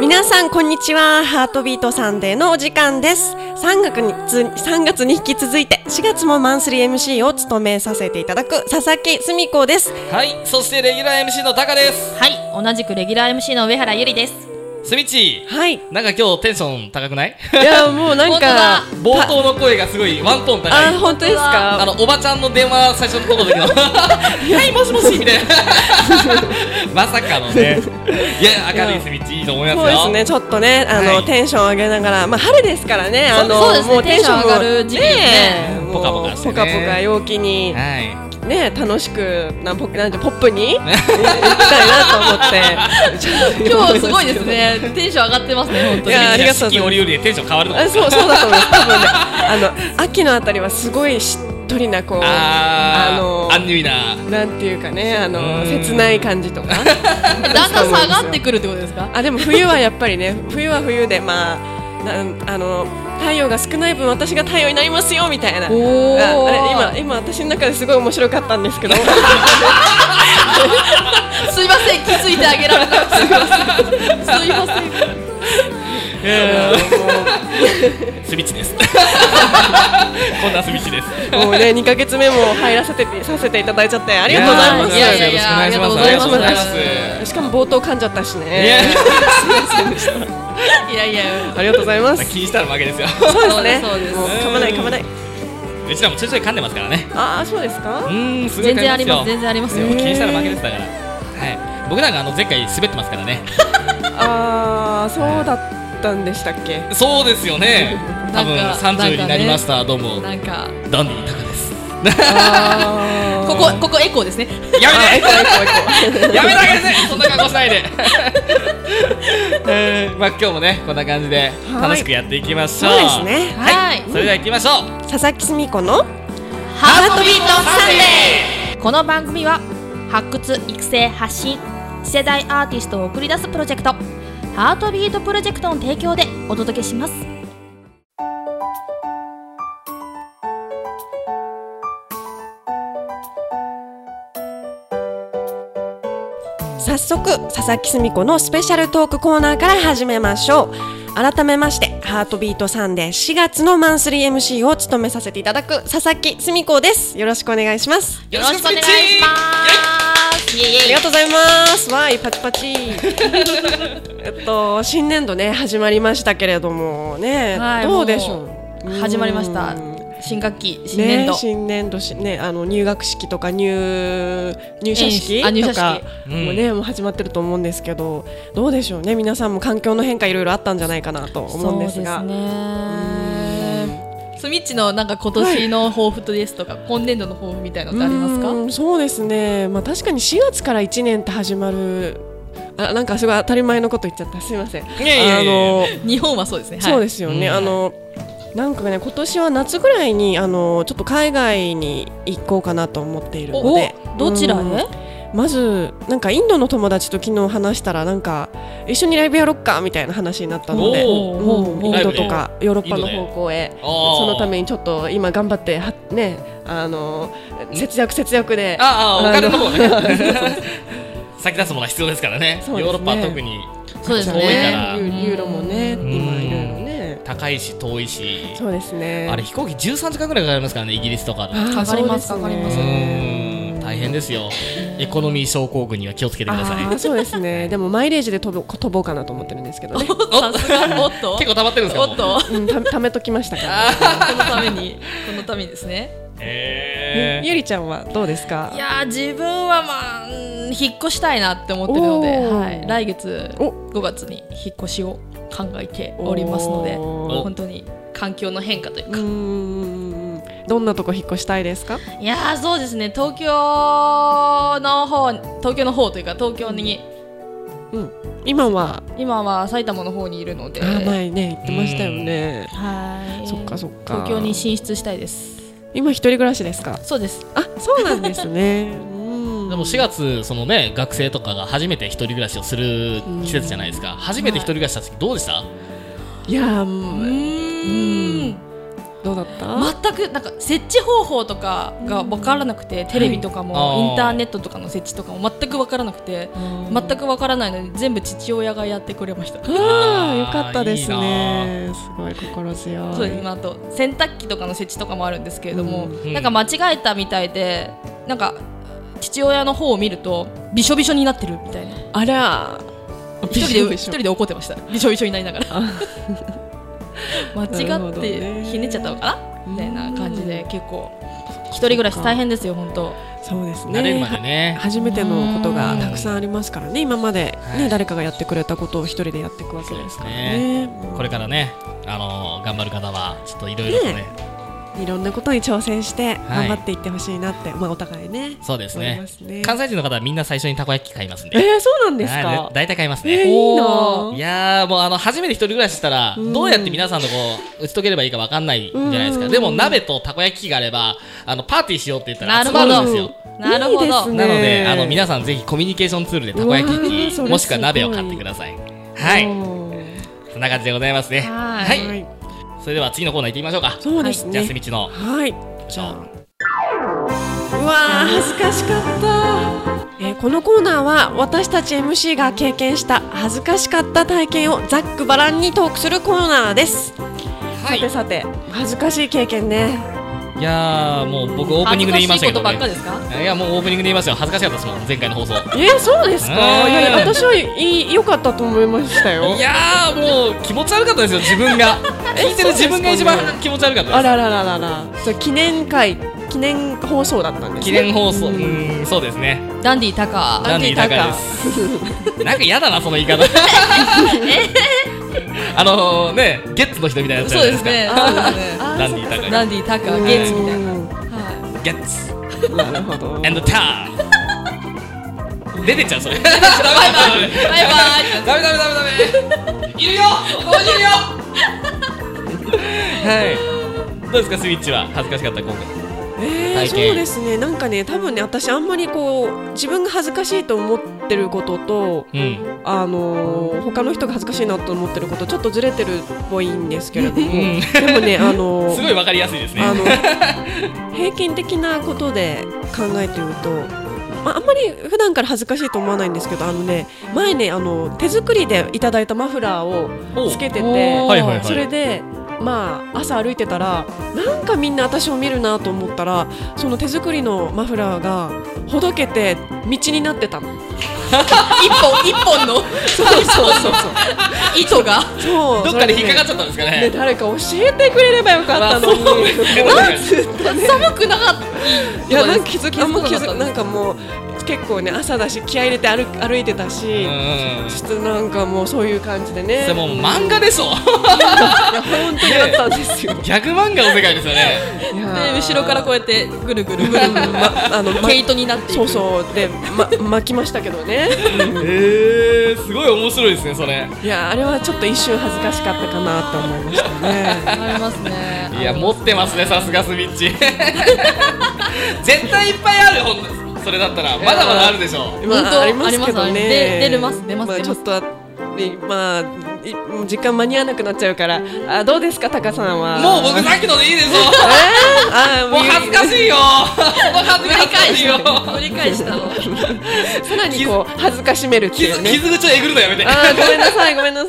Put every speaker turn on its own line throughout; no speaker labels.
皆さんこんにちはハートビートサンデーのお時間です3月につ3月に引き続いて4月もマンスリー MC を務めさせていただく佐々木澄子です
はい、そしてレギュラー MC のタカです。
はい、同じくレギュラー MC の上原ゆりです。
スミッチ
はいい
ー、なんか今日テンション高 くない
やもうなん
本当だ
か
冒頭の声がすごいワントーン高い。
あ本当です
あ
か
の、おばちゃんの電話最初のところだけ ど、はい、もしもし、みたいな。まさかのね。いや、明るいスミッチーいいと思い
そ
ま
う
す
で
よ。
すねちょっとねあの、
はい
テンション上げながらまあ晴れですからねあの
そうですね
もうテンションも
テンション上がる時期ですね
えもう
ポカポカしてね
ポカポカ陽気に
は
ね楽しくなんポなんてポップに行きたいなと思って
今日すごいですね。テンション上がってますね、本当
い。
に。
やありがとうございます
四季折々でテンション変わるのか
あそうそうだと思います多分ねあの秋のあたりはすごいしっとりなこう
あー、
あの
アンニュイな。
なんていうかねあ
う
の
ん
切ない感じとか
だんだん下がってくるってことですか。
あでも冬はやっぱりね冬は冬でまあなんあの太陽が少ない分私が太陽になりますよみたいなああ
おー
れ今今私の中ですごい面白かったんですけど
すいません、気づいてあげられなく て。すいません。すいません。
スミッ チです。こんなスミッチです。
もうね2ヶ月目も入らせてさせていただいちゃってありがとうございます
いやいやいや
よろしくお
あ
願
り
い
がと
し
う
ま
ご
す。
ざいます
ありがとうございます。
しかも冒頭噛んじゃったし
いや
ね
いやいや。
ありがとうございます
気にしたら負けですよ。
そうですね
そうですそう
もう
です
噛まない噛まないう
ちらもちょいちょい噛んでますからね。
ああそうです
う
か
ーん、すごい
全然あ
噛
り
みま
ます。
すよ
全。然あります
で
よ。
も気にしたら負けですだから。はい。僕なんかあの前回滑ってますからね。
ああそうだったんでしたっけ
そうですよね。多分
なんか
三
なん
十
かね
になりました。どうも
なんか、
ダンディタカです。
あ
ここ、ここエコーですね。
やめて。
こ
やめてあげて。そんな格好しないで。 えーまあ今日もねこんな感じで
はい
楽しくやっていきましょう。
そうです。ね
はい
それでは行きましょう。
佐々木澄子の
ハートビートサンデーこの番組は発掘育成発信次世代アーティストを送り出すプロジェクトハートビートプロジェクトの提供でお届けします
早速佐々木澄子のスペシャルトークコーナーから始めましょう改めましてハートビートサンデー4月のマンスリー MC を務めさせていただく佐々木澄子ですよろしくお願いします
よろしくお願いしますイエイ
あ
イエ
り
イ
がとうございますわーいパチパチえっと新年度ね始まりましたけれどもね、
はい
どうでしょう
もう始まりました
うん
新学期新年度、
ね、新年度しねあの入学式とか入入社式
ええあ入社
と
式
か
うん
もうね、もう始まってると思うんですけどどうでしょうね皆さんも環境の変化いろいろあったんじゃないかなと思うんですが
そうですねスミッチのなんか今年の抱負とですとか、今年度の抱負みたいなのってありますか
うーんそうですねまあ確かに4月から1年って始まるあなんかすごい当たり前のこと言っちゃったすいません
いやいやいやいや
あの
日本はそうですねはい
そうですよね、
うん
あのなんかね今年は夏ぐらいにあのちょっと海外に行こうかなと思っているの
お
で
どちらへ、
うんまずなんかインドの友達と昨日話したらなんか一緒にライブやろっかみたいな話になったので、
お
ー
うん
おー
インドとかヨーロッパの方向へ
おー
そのためにちょっと今頑張ってはねあの節約節約で
ああお金の方
あの
ね。 先出すものは必要ですからね。
そう
ヨ
ですね
ーロッパは特に
そうですね
多いから
ユーユーロもね
ん
今いろいろね
高いし遠いし。
そうですね
あれ飛行機13時間ぐらいかかりますからねイギリスとかだと。
あー
かかります
そう
かかり
で
ま
う
す
ーん大変ですよエコノミー症候群には気をつけてください
あーそうですねでもマイレージで飛ぼ飛ぼうかなと思ってるんですけど ね、
さす がおっと
結構溜まってるんですか
おっと
うん、た貯めときましたから、
このためにこのためにですね
え
ゆりちゃんはどうですか
いやー自分はまあうん引っ越したいなって思ってるので、
おー
はい、来月
お
5月に引っ越しを考えておりますので
お
ー
本当に環境の変化という
う
か、
ーんどんなとこ引っ越したいですか
いやーそうですね東京の方東京の方というか東京に
うん、今は、
今は埼玉の方にいるので
あー前ね言ってましたよね。
はい
そっかそっか。
東京に進出したいです
今一人暮らしですか。
そうです
あ、そうなんですね。うん。
でも4月そのね学生とかが初めて一人暮らしをする季節じゃないですか初めて一人暮らしした時どうでした
いやー
う
もう
ーん
どうだった、
全くなんか設置方法とかが分からなくて、テレビとか
はいあ
も
ー
インターネットとかの設置とかも全く分からなくて全く分からないので全部父親がやってくれました。
あ
あー
ーよかったですねすごい心強い
そうですねあと洗濯機とかの設置とかもあるんですけれども、
うん
なんか間違えたみたいでなんか父親の方を見るとびしょびしょになってるみたいな
あら
一人で
び
一
しょ
人で怒ってましたびしょびしょになりながら 間
なる
違
ほ
っ
どね
てひねっちゃったのかなみたいな感じ
う
で結構一人暮らし大変ですよ本当
そうですね
慣れるまでね
初めてのことがたくさんありますからね今まで、
は
ね、
い
誰かがやってくれたことを一人でやっていくわけですからね
これからねあのー頑張る方はちょっといろいろとね
いろんなことに挑戦して
は
頑
い
張っていってほしいなって、まあお互いね
そうです
思い
ね
ますね
関西人の方はみんな最初にたこ焼き買いますん
え
で
ー、そうなんです
は
か
い大体買います
えー、
ね
いい
お
ない
やーもうあの初めて一人暮らししたら
うん
どうやって皆さんとこう打ち解ければいいかわかんないじゃないです
う
か
ん
でも鍋とたこ焼き器があればあのパーティーしようって言ったら
なる
集
ほ
ま
ど
るんですよ
なるほ
いいです
ど
ね
なのであの皆さんぜひコミュニケーションツールでたこ焼
うわー
き
そ
器
れ
もしくは鍋を買ってくださいはい
おー
そんな感じでございますね
は
はいい
はい
それでは次のコーナー行ってみましょうか
そうです
じゃあ
ね
すみちの
はいじゃあうわー恥ずかしかった、えーこのコーナーは私たち MC が経験した恥ずかしかった体験をざっくばらんにトークするコーナーです、
は
さてさて恥ずかしい経験ね
いやーもう僕オープニングで言いましたけど
恥ずか
ね
しいことばっかですか
いやもうオープニングで言いましたよ恥ずかしかったですもん前回の放送
えー、そうですか
うん
いやいや私はいい良かったと思いましたよ
いやーもう気持ち悪かったですよ自分が聞いてる自分が一番気持ち悪かっ
あ
たで
ら
す
ららららそれ記念会記念放送だったんです、ね、
記念放送う
うん
ーんそうですね
ダンディタカ
ダンディ高ですなんか嫌だなその言い方あのーねゲッツの人みたいなやつじゃな
そう
い
ですね
あー
そうですね
あー
ダ ンディ高
ダンディタカゲッツみたいなは
ゲッツ
ななるほど
and ターン出てっちゃうそれダメだ
いバイバ
ダメ
イ
ダメダメダメいるよここにいるよはいどうですかスイッチは恥ずかしかった今回
えー、
体験
そうですねなんかね多分ね私あんまりこう自分が恥ずかしいと思ってることと
うん
あのー他の人が恥ずかしいなと思ってることちょっとずれてるっぽいんですけれども、
ん
でもねあのー
すごいわかりやすいですね
あの 平均的なことで考えてみると、まあ、あんまり普段から恥ずかしいと思わないんですけどあのね前ねあの手作りでいただいたマフラー
お
を
う
つけて
お
て
ー
はいはいはい
それで。まあ、朝歩いてたらなんかみんな私を見るなと思ったらその手作りのマフラーがほどけて道になってたの
一本一本の
そうそうそうそう
糸が
そう
どっかで引っかかっ
っ
ちゃったんですか
ね
ね
誰か教えてくれればよかったのに、
まあそう
なんつったね
寒くなかった
いやなんか気づき
気づ
あん
くこ
ま
と
気
だった
づ
んで
な
す
んかもう結構ね朝だし気合い入れて歩歩いてたし、
うん
ちょっとなんかもうそういう感じでね
それもう漫画でしょ
いや本当にあったんですよ、
ギャグ漫画の世界ですよね
いやー
で後ろからこうやってぐるぐるぐ るぐる
まあのま
毛糸になっていく
そうそうで、ま、巻きましたけどね
えー、すごい面白いですねそれ
いやあれはちょっと一瞬恥ずかしかったかなと思いましたね
なりますね
いや持ってますねさすがスミッチ 絶対いっぱいあるほんとそれだったらまだまだあるでしょ
ま
本当
あありますけど
ありますありま
ね
すで出るます出ます
まあ、
出
ち
ま
ょ
す
っとあいまあいもう時間間に合わなくなっちゃうからあどうですかタカさんは
もう僕さっきのでいいでし
え
ょ
ーあー
もう恥ずかしいよもう恥ず
繰り
か
返
しいよ
した繰り返したの
さらにこう恥ずかしめるってい
傷
うね
傷口をえぐるのやめて
あーごめんなさいごめんなさい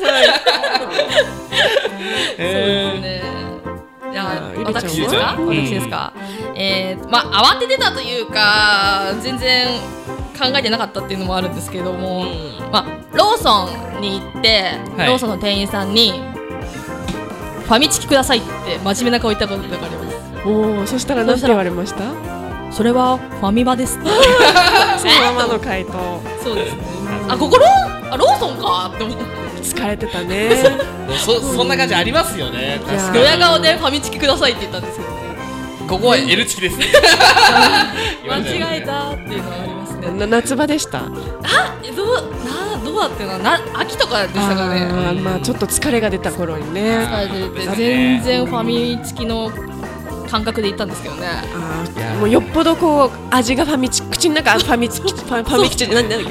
え
ねじゃあ
ゆりちゃんは
私ですか
うん
私ですかえーまあ慌ててたというか全然考えてなかったっていうのもあるんですけどもまあローソンに行って
はい
ローソンの店員さんにファミチキくださいって真面目な顔言ったことがあります
おおそしたら何て言われました
それはファミマですって
そのままの回答
そうですね。あ、ここロー、あ、ローソンかって思って。
疲れてた ね
ーもうそそんな感じありますよね確か
い
に
ドヤ顔でファミチキくださいって言ったんですけどね。
ここは L チキです
間違えたっていうのはありますね。
な夏場でした
えどう、な、どうだってな、な、秋とかでしたかね。
あーまあちょっと疲れが出た頃にね
ー
疲れてて
そうですね
全然ファミチキの。感覚で行ったんですけどね
あー
いやー
もうよっぽどこう味がファミチ口の 中ファミチキファファミキチなんだっけフ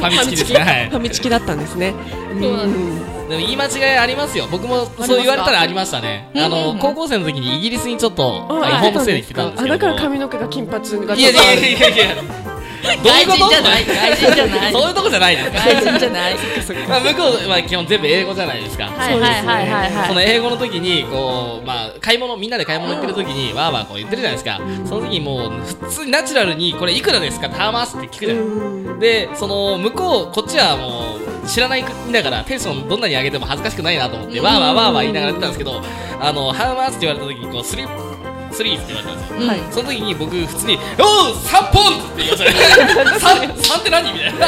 ァミチキですねはい
ファミチキだったんですね。
そうなんで
でも言い間違いありますよ僕もそう言われたらありましたね
あり
あ
ますか
の高校生の時にイギリスにちょっと
あ
あのホームステイで来てたんです
あ
けど
だ
も
から髪の毛が金髪が
い
ちょ
や
っ
い
とあ
や
る
いやいやいやどういうこと
外人じゃない外人じゃない
そういうとこじゃないです
外人じゃ ない
まあ向こうは基本全部英語じゃないですか
はいはいはいはい
その
はい
英語の時にこうまあ買い物みんなで買い物行ってる時にわーわーこう言ってるじゃないですかその時にもう普通にナチュラルにこれいくらですかターマースって聞くじゃない
うん
でその向こうこっちはもう知らない国だからテンションどんなに上げても恥ずかしくないなと思ってわーわーわーわー言いながらやってたんですけど「あのハウマース」って言われた時にこうスリースリーって言われたんですよ
うん
その時に僕普通に「おう3ポンド!」って言いましたね 3, 3って何みたいな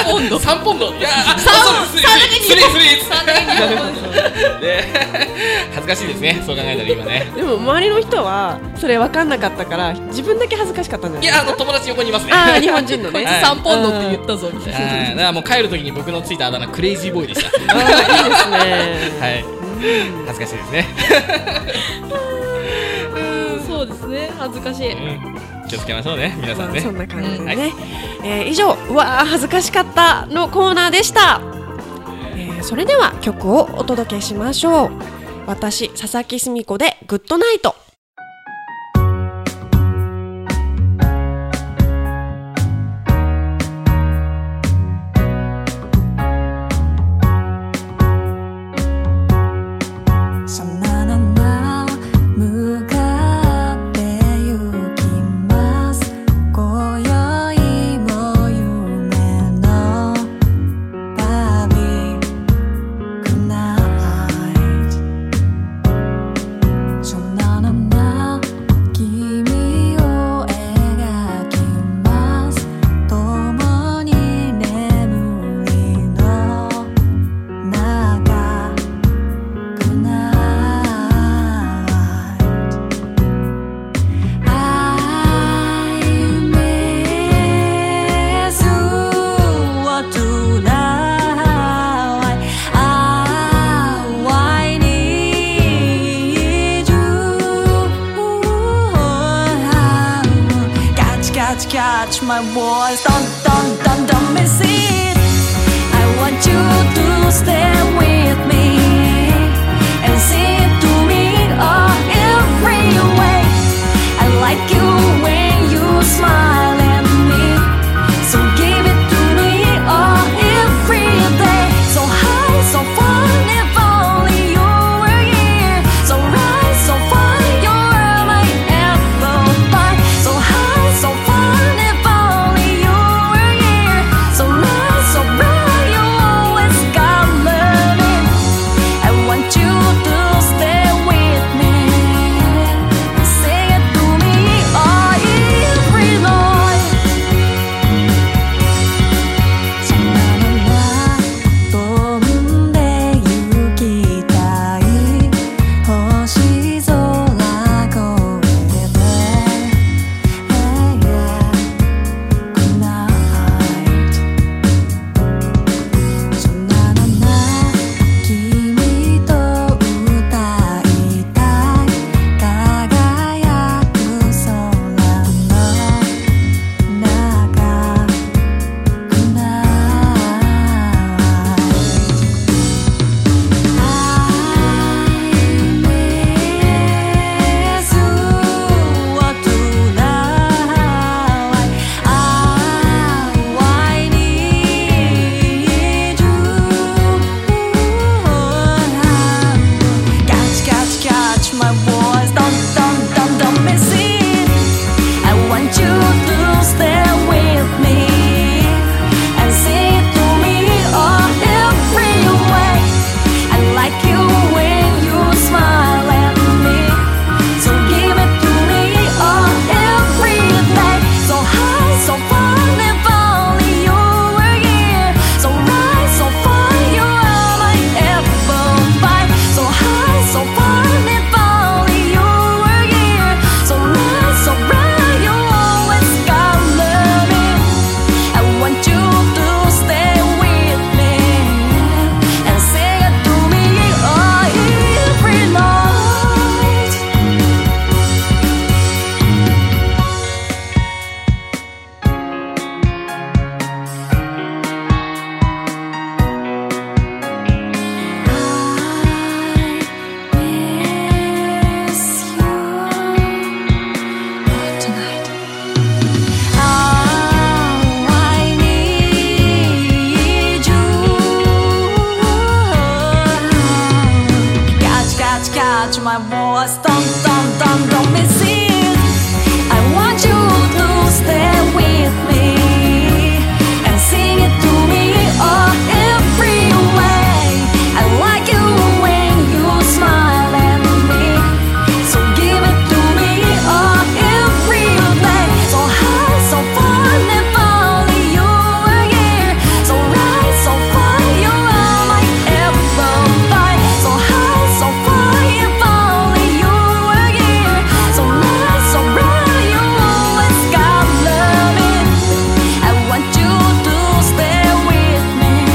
3ポ ンド3ポンドいやーそうですスリースリー
三年に一本ですよ
で恥ずかしいですねそう考えたら今ね
でも周りの人はそれ分かんなかったから自分だけ恥ずかしかったんじゃない
い やあの友達横にいますね
あー日本人の
こいつ
ね。
はい
3ポンドって言ったぞみたいな
はいだからもう帰る時に僕のついたあだ名クレイジーボーイでした
あーいいですね。
はい。恥ずかしいですね。
うん そうですね恥ずかしい
気をつけましょうね、皆さ
ま
ん
あ
ね
そ。んな感じで
は
ね。
い
えー以上、うわー恥ずかしかったのコーナーでした。えーそれでは曲をお届けしましょう。私、佐々木すみ子でグッドナイト。
さまなな向かって行きます今宵も夢の旅 Good night そんななな君を描きます共に眠りの中 Good night. I miss you tonight. I need you. Catch, catch, catch my voice. Don't, don't, don't, don't miss it. I want you to stay with me and see to me all every way. I like you when you smile at me. So give it to me all every day. So high, so far, if only you were here. So rise, so far, you're my everybody. So high, so far, if only you were oh, catch my voice. Don't, don't, don't, don't miss it. I want you to stay with me and sing it to me all every way. I like you when you smile at me. So give it to me all every day. So high, so far, never only you again. So right, so far, you are my everybody. So high, so far, if only you were here. So right, so right, you always got loving. I want you to stay with me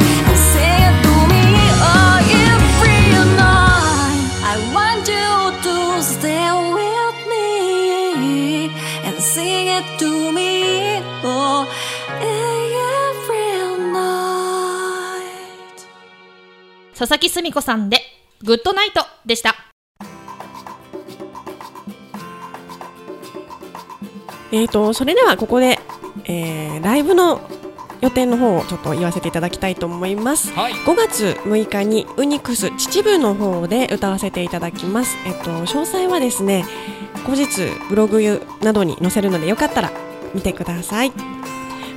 and sing it to me all every night. I want you to stay with me and sing it to me oh, all every night.
佐々木すみこさんで「グッドナイト」でした
えー、とそれではここで、えーライブの予定の方をちょっと言わせていただきたいと思います。
はい
5月6日にウニクス秩父の方で歌わせていただきます。えっと詳細はですね、後日ブログなどに載せるのでよかったら見てください。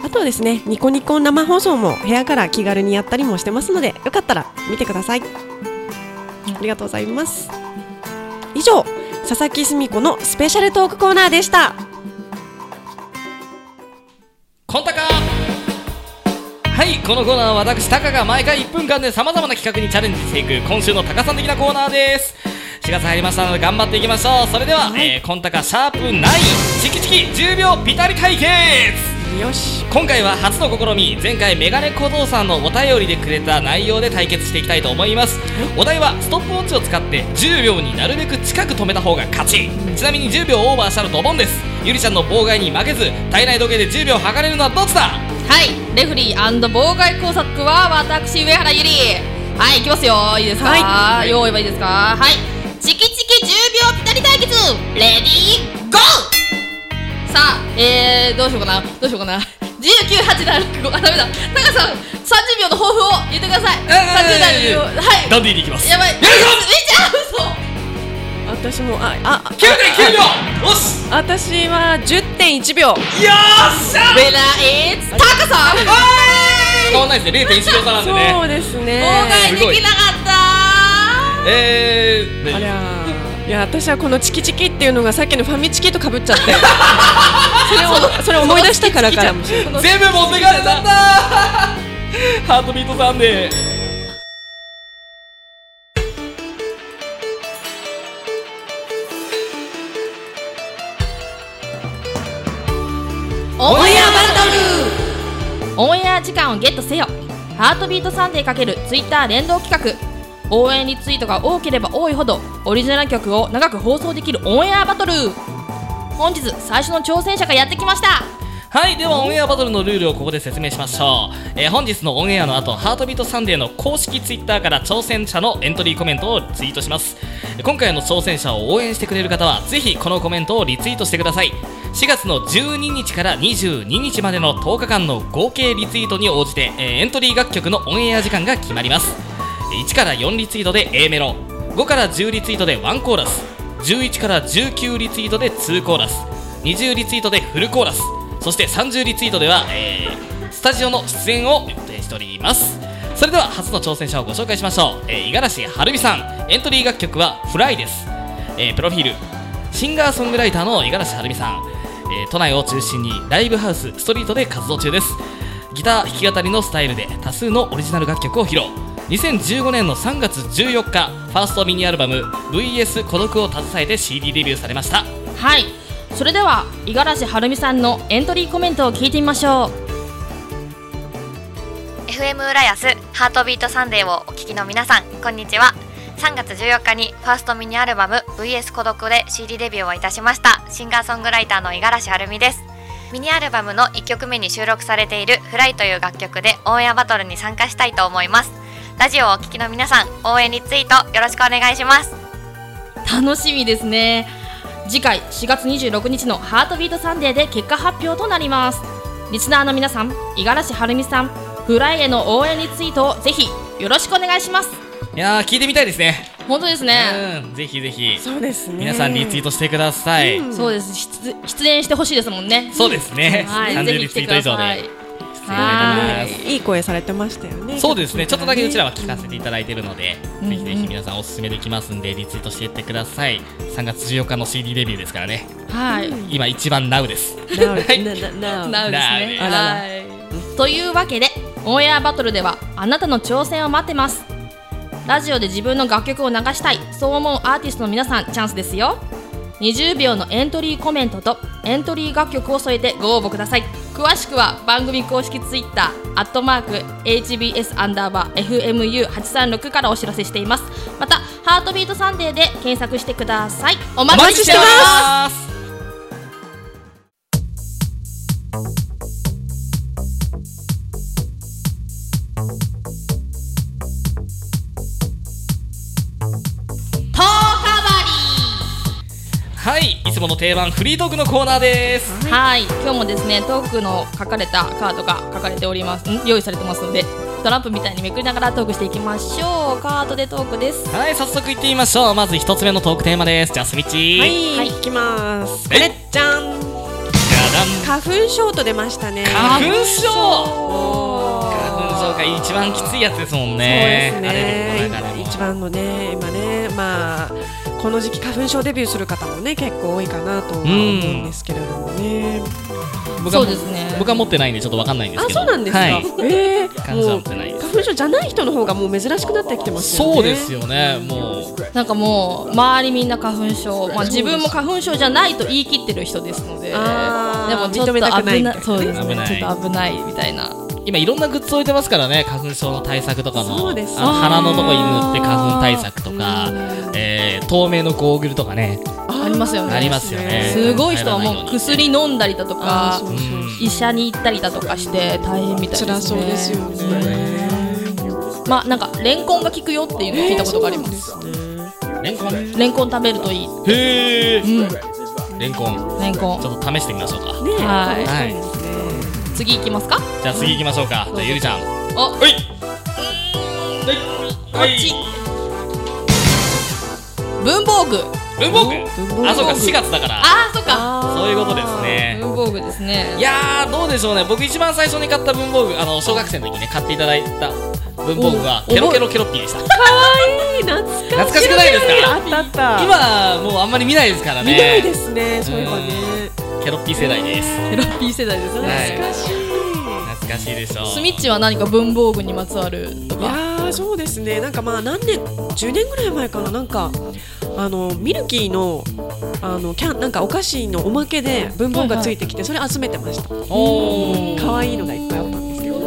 あとですね、ニコニコ生放送も部屋から気軽にやったりもしてますので、よかったら見てください。ありがとうございます。以上、佐々木すみ子のスペシャルトークコーナーでした。
コンタカはいこのコーナーは私タカが毎回1分間でさまざまな企画にチャレンジしていく今週のタカさん的なコーナーです4月入りましたので頑張っていきましょうそれでは、えーコンタカシャープ9チキチキ10秒ピタリ対決
よし。
今回は初の試み前回メガネ小僧さんのお便りでくれた内容で対決していきたいと思いますお題はストップウォッチを使って10秒になるべく近く止めた方が勝ちちなみに10秒オーバーしたらドボンですゆりちゃんの妨害に負けず体内時計で10秒測れるのはどっちだ
はいレフリー妨害工作は私上原ゆりはいいきますよいいですか、
は
用意はいいですかはいチキチキ10秒ピタリ対決レディーゴーさあえー、どうしようかなどうしようかな19875あダメだタカさん30秒の抱負を言ってください30代の抱負はい
ダンディーでいきます
やばい
よいしょ
えじゃあ
私もあああ
9.9秒よし
私は10.1秒
よっしゃ
嘘ベラエーツタカさん
変わんないですね0.1秒差なんで
そ
ね
うです
妨
ね
害できなかった
えー
あ
大
り
丈夫
ゃーいや私はこのチキチキっていうのがさっきのファミチキとかぶっちゃって それをそれを思い出したからかもしれない
全部持ってかれちゃったハー トビートさんで
オンエアバトルオンエア時間をゲットせよハートビートサンデー×ツイッター連動企画応援リツイートが多ければ多いほどオリジナル曲を長く放送できるオンエアバトル本日最初の挑戦者がやってきました
はいではオンエアバトルのルールをここで説明しましょう、えー本日のオンエアの後ハートビートサンデーの公式ツイッターから挑戦者のエントリーコメントをツイートします今回の挑戦者を応援してくれる方はぜひこのコメントをリツイートしてください4月の12日から22日までの10日間の合計リツイートに応じて、えーエントリー楽曲のオンエア時間が決まります1から4リツイートで A メロ5から10リツイートで1コーラス11から19リツイートで2コーラス20リツイートでフルコーラスそして30リツイートでは、えースタジオの出演を予定しておりますそれでは初の挑戦者をご紹介しましょう、えー五十嵐晴美さんエントリー楽曲は「フライです、えープロフィールシンガーソングライターの五十嵐晴美さん、えー都内を中心にライブハウスストリートで活動中ですギター弾き語りのスタイルで多数のオリジナル楽曲を披露2015年の3月14日ファーストミニアルバム「VS 孤独」を携えて CD デビューされました
はいそれでは五十嵐はるみさんのエントリーコメントを聞いてみましょう
FM 浦安ハートビートサンデーをお聞きの皆さんこんにちは3月14日にファーストミニアルバム VS 孤独で CD デビューをいたしましたシンガーソングライターの五十嵐晴美ですミニアルバムの1曲目に収録されている「フライという楽曲でオンエアバトルに参加したいと思いますラジオをお聞きの皆さん応援リツイートよろしくお願いします
楽しみですね次回4月26日の「ハートビートサンデー」で結果発表となりますリスナーの皆さん五十嵐晴美さんフライへの応援リツイートをぜひよろしくお願いします
いやー聞いてみたいですね
本当ですね。
うん、ぜひぜひ
そうですね
皆さんリツイートしてください。
そうです。出出演してほしいですもんね。
そうですね。
はい、
30
ぜひ
リ
来
ツイ
て
ー
く
ト以上
ださい
で。。
はい
いい声されてましたよね
そうですね。ちょっとだけうちら
は
は聞かせていただいているので、
うん
ぜひぜひ皆さんおすすめできますんでリツイートしていってください。3月14日の CD デビューですからね。
い。はい。
今一番ナウです。
なる
はい
なな
なるですね。
な
るあら
はい。というわけで、オンエアバトルではあなたの挑戦を待ってます。ラジオで自分の楽曲を流したい、そう思うアーティストの皆さん、チャンスですよ。20秒のエントリーコメントとエントリー楽曲を添えてご応募ください。詳しくは番組公式ツイッター、アットマーク、HBS アンダーバー、FMU836 からお知らせしています。また、ハートビートサンデーで検索してください。お
お
待ちしてます。
す。
トーカバリー
はい、いつもの定番フリートークのコーナーです。
はい、今日もですね、トークの書かれたカードが書かれております。ん用意されてますので、トランプみたいにめくりながらトークしていきましょう。カードでトークです。
はい、早速行ってみましょう。まず一つ目のトークテーマです。じゃあ、スミッチ。
はい、
はい
行きます
え
これじゃん
じ
花粉症と出ましたね
ゃらん。花粉症。
おー
花粉症が一番きついやつですもん
そうで
ね。
す
あれ
ね
の中でも
一番のね今ねまあこの時期花粉症デビューする方もね結構多いかなとは思うんですけれどもね、
僕
そ
は
うですね。
僕は持ってないんでちょっとわかんないんです
あ
けど
そうなんですか、
はい、
えー
感謝
も
っ
う
てないです
花粉症じゃない人の方がもう珍しくなってきてますよね
そうですよねもう
なんかもう周りみんな花粉症、まあ自分も花粉症じゃないと言い切ってる人ですので、で
あー
もちょっと
認めたくない
危なそうです
危な
ね。
い
ちょっと危ないみたいな。
今いろんなグッズ置いてますからね花粉症の対策とかの
そうです
あの
あー
鼻のとこに塗って花粉対策とか、えー透明のゴーグルとかね
ー
ありますよね
ありますよね
すごい人はもう薬飲んだりだと
あー
か
そう、そうそう
医者に行ったりだとかして大変みたいですね。
辛そうですよね。
まあなんかレンコンが効くよっていうのを聞いたことがあります。
レンコン
レンコン食べるといい。
へえ
うん、
レンコン
レンコ
ち
ン。
ょっと試してみましょうか
ねえ
はい
はい
次行きますか。
じゃあ次行きましょうかじゃあゆりちゃんは
お、
いは
こ
い
っち。文房具。
文房具
文房具
あそうか4月だから
ああ、そっか。
そういうことですね
文房具ですね。
いやーどうでしょうね僕一番最初に買った文房具あの小学生の時にね買っていただいた文房具は
お
ケロケロケロッピーでした
いい懐かしい。
懐かしくないですか
あったあった。
今もうあんまり見ないですからね
見ないですね。そういえばね。
ケロッピー世代です
ヘラピー世代です
は
ね。
い
懐かしい。
懐かしいでしょう
スミッチは何か文房具にまつわると
い
か。
やーそうですね。なんかまあ何年10年ぐらい前かななんかあのミルキーのあのキャンなんかお菓子のおまけで文房具がついてきてそれ集めてました。
おー
可愛いのがいっぱいあったんですけど。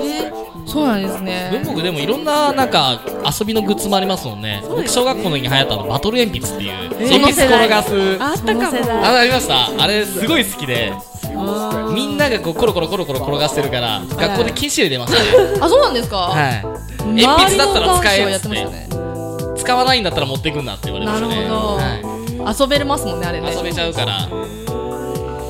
そうなんです
文
ね。
房具でもいろんななんか遊びのグッズもありますもんね
そう
僕
ですね
小学校の時に流行ったのバトル鉛筆っていう
えー
鉛筆転がす
あったか
その世
も。
あありましたあれすごい好きで
あー
みんながこうコロコロコロコロ転がしてるから学校で禁止令出ましたね
あ、そうなんですか。
はい
周りの
鉛筆だったら使え
男子は
っつ
やっ
って
てましたね。
使わないんだったら持ってくんなって言われましたね
なるほど
は
遊べれますもんね、あれ
い、遊べ
ね。
ちゃうから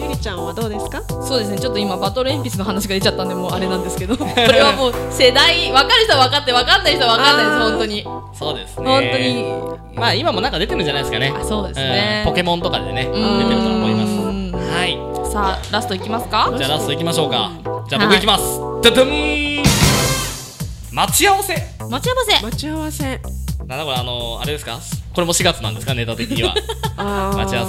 ゆりちゃんはどうですか？
そうですね、ちょっと今バトル鉛筆の話が出ちゃったんで、もうあれなんで すけど。これはもう世代、分かる人は分かって、分かんない人は分かんないです、
あー
本当に。
そうですね
本当に。
まあ今もなんか出てるんじゃないですかね
あそうですね
うんポケモンとかでね出てる
うん
と思いますはい
さあ、ラストいきますか。
じゃあラストいきましょうかじゃあ
は
僕
い
いきますダダン待ち合わせ
待ち合わせ。
待ち合わ せ。
なんだこれあのあれですかこれも4月なんですかネタ的 には
あー
待ち合わ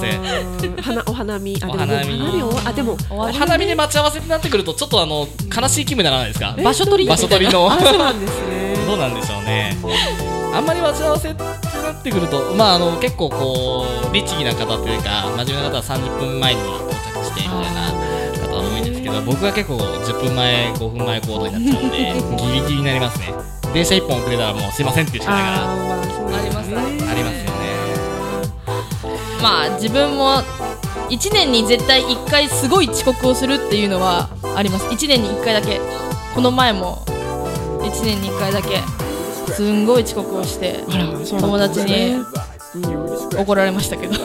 せ
花お花見。あでも
お花見
花見をあでも
終
お
わり
花見で待ち合わせってなってくるとちょっとあの悲しい気分にならないですか
場所取り。
場所取り。の
あそうなんですね。
どうなんでしょうね。あんまり待ち合わせってなってくると、まああの結構こう律儀な方というか真面目な方は30分前に到着してみたいな方多いんですけど、僕は結構10分前、5分前行動になっちゃうんで ギリギリになりますね。電車1本遅れたらもうすいませんっていうしかないか
あー、まあ、そう
ありますね。
らありますよね。
まあ、自分も。一年に絶対一回すごい遅刻をするっていうのはあります。一年に一回だけ。この前も。一年に一回だけ。すんごい遅刻をして。友達に。怒られました けど。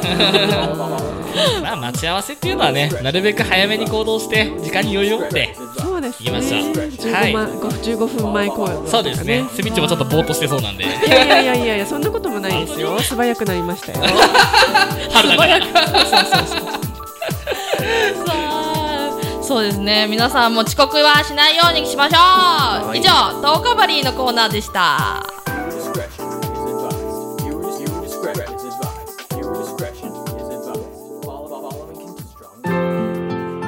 まあ待ち合わせっていうのはね、なるべく早めに行動して時間に余裕を持って
そうでです
行きました
15
は
万、15分前公演とか、
そうですね。スミッチもちょっとぼーっとしてそうなんで。
いやいやいやいやいやそんなこともないです よ素早くなりましたよ
春だから。
そうそうですね皆さんも遅刻はしないようにしましょう以上トーカバリーのコーナーでした
Discretion is advised. Viewer's viewer discretion is advised. Viewer discretion is advised. Follow- Following can be strong.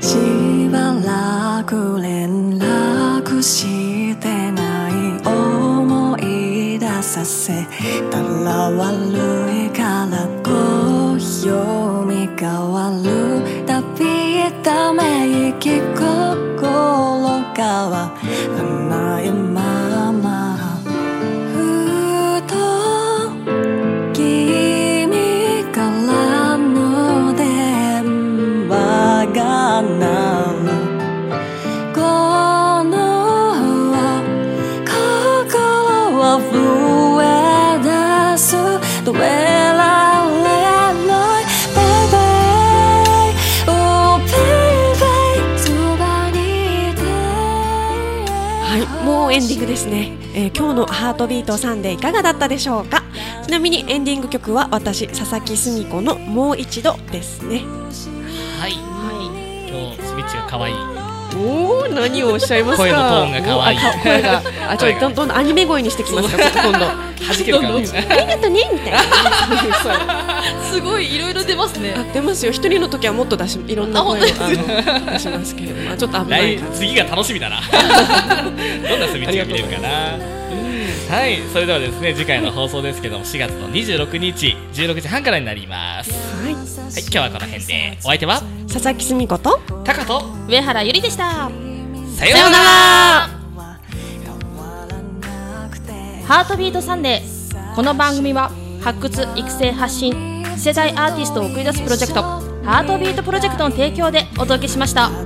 しばらく連絡してない思い出させたら悪いからこう読み変わるたびため息心変わらないままふと君からの電話が鳴るこの心は震え出す止められない Baby Oh baby そばにいて
はいもうエンディングですね、えー今日のハートビートサンデーいかがだったでしょうかちなみにエンディング曲は私佐々木すみ子のもう一度ですね
はい。今日スミッチが可愛い。
おお何をおっしゃいます
か声のトーンが可愛い
おあか声があちょっとどんどんアニメ声にしてきますから今度あ
弾けるからね。
りがとねみたいなそう
すごいいろいろ出ますね
あ出ますよ一人の時はもっと出しいろんな声を
あ
あの出しますけれどもあちょっと危ない
来
か
次が楽しみだ などんなスミッチが見れるかなはいそれではですね次回の放送ですけども4月の26日16時半からになります
はい
はい今日はこの辺でお相手は
佐々木すみ子と
タカと
上原ゆりでした
さようなら
ハートビートサンデーこの番組は発掘育成発信次世代アーティストを送り出すプロジェクトハートビートプロジェクトの提供でお届けしました
「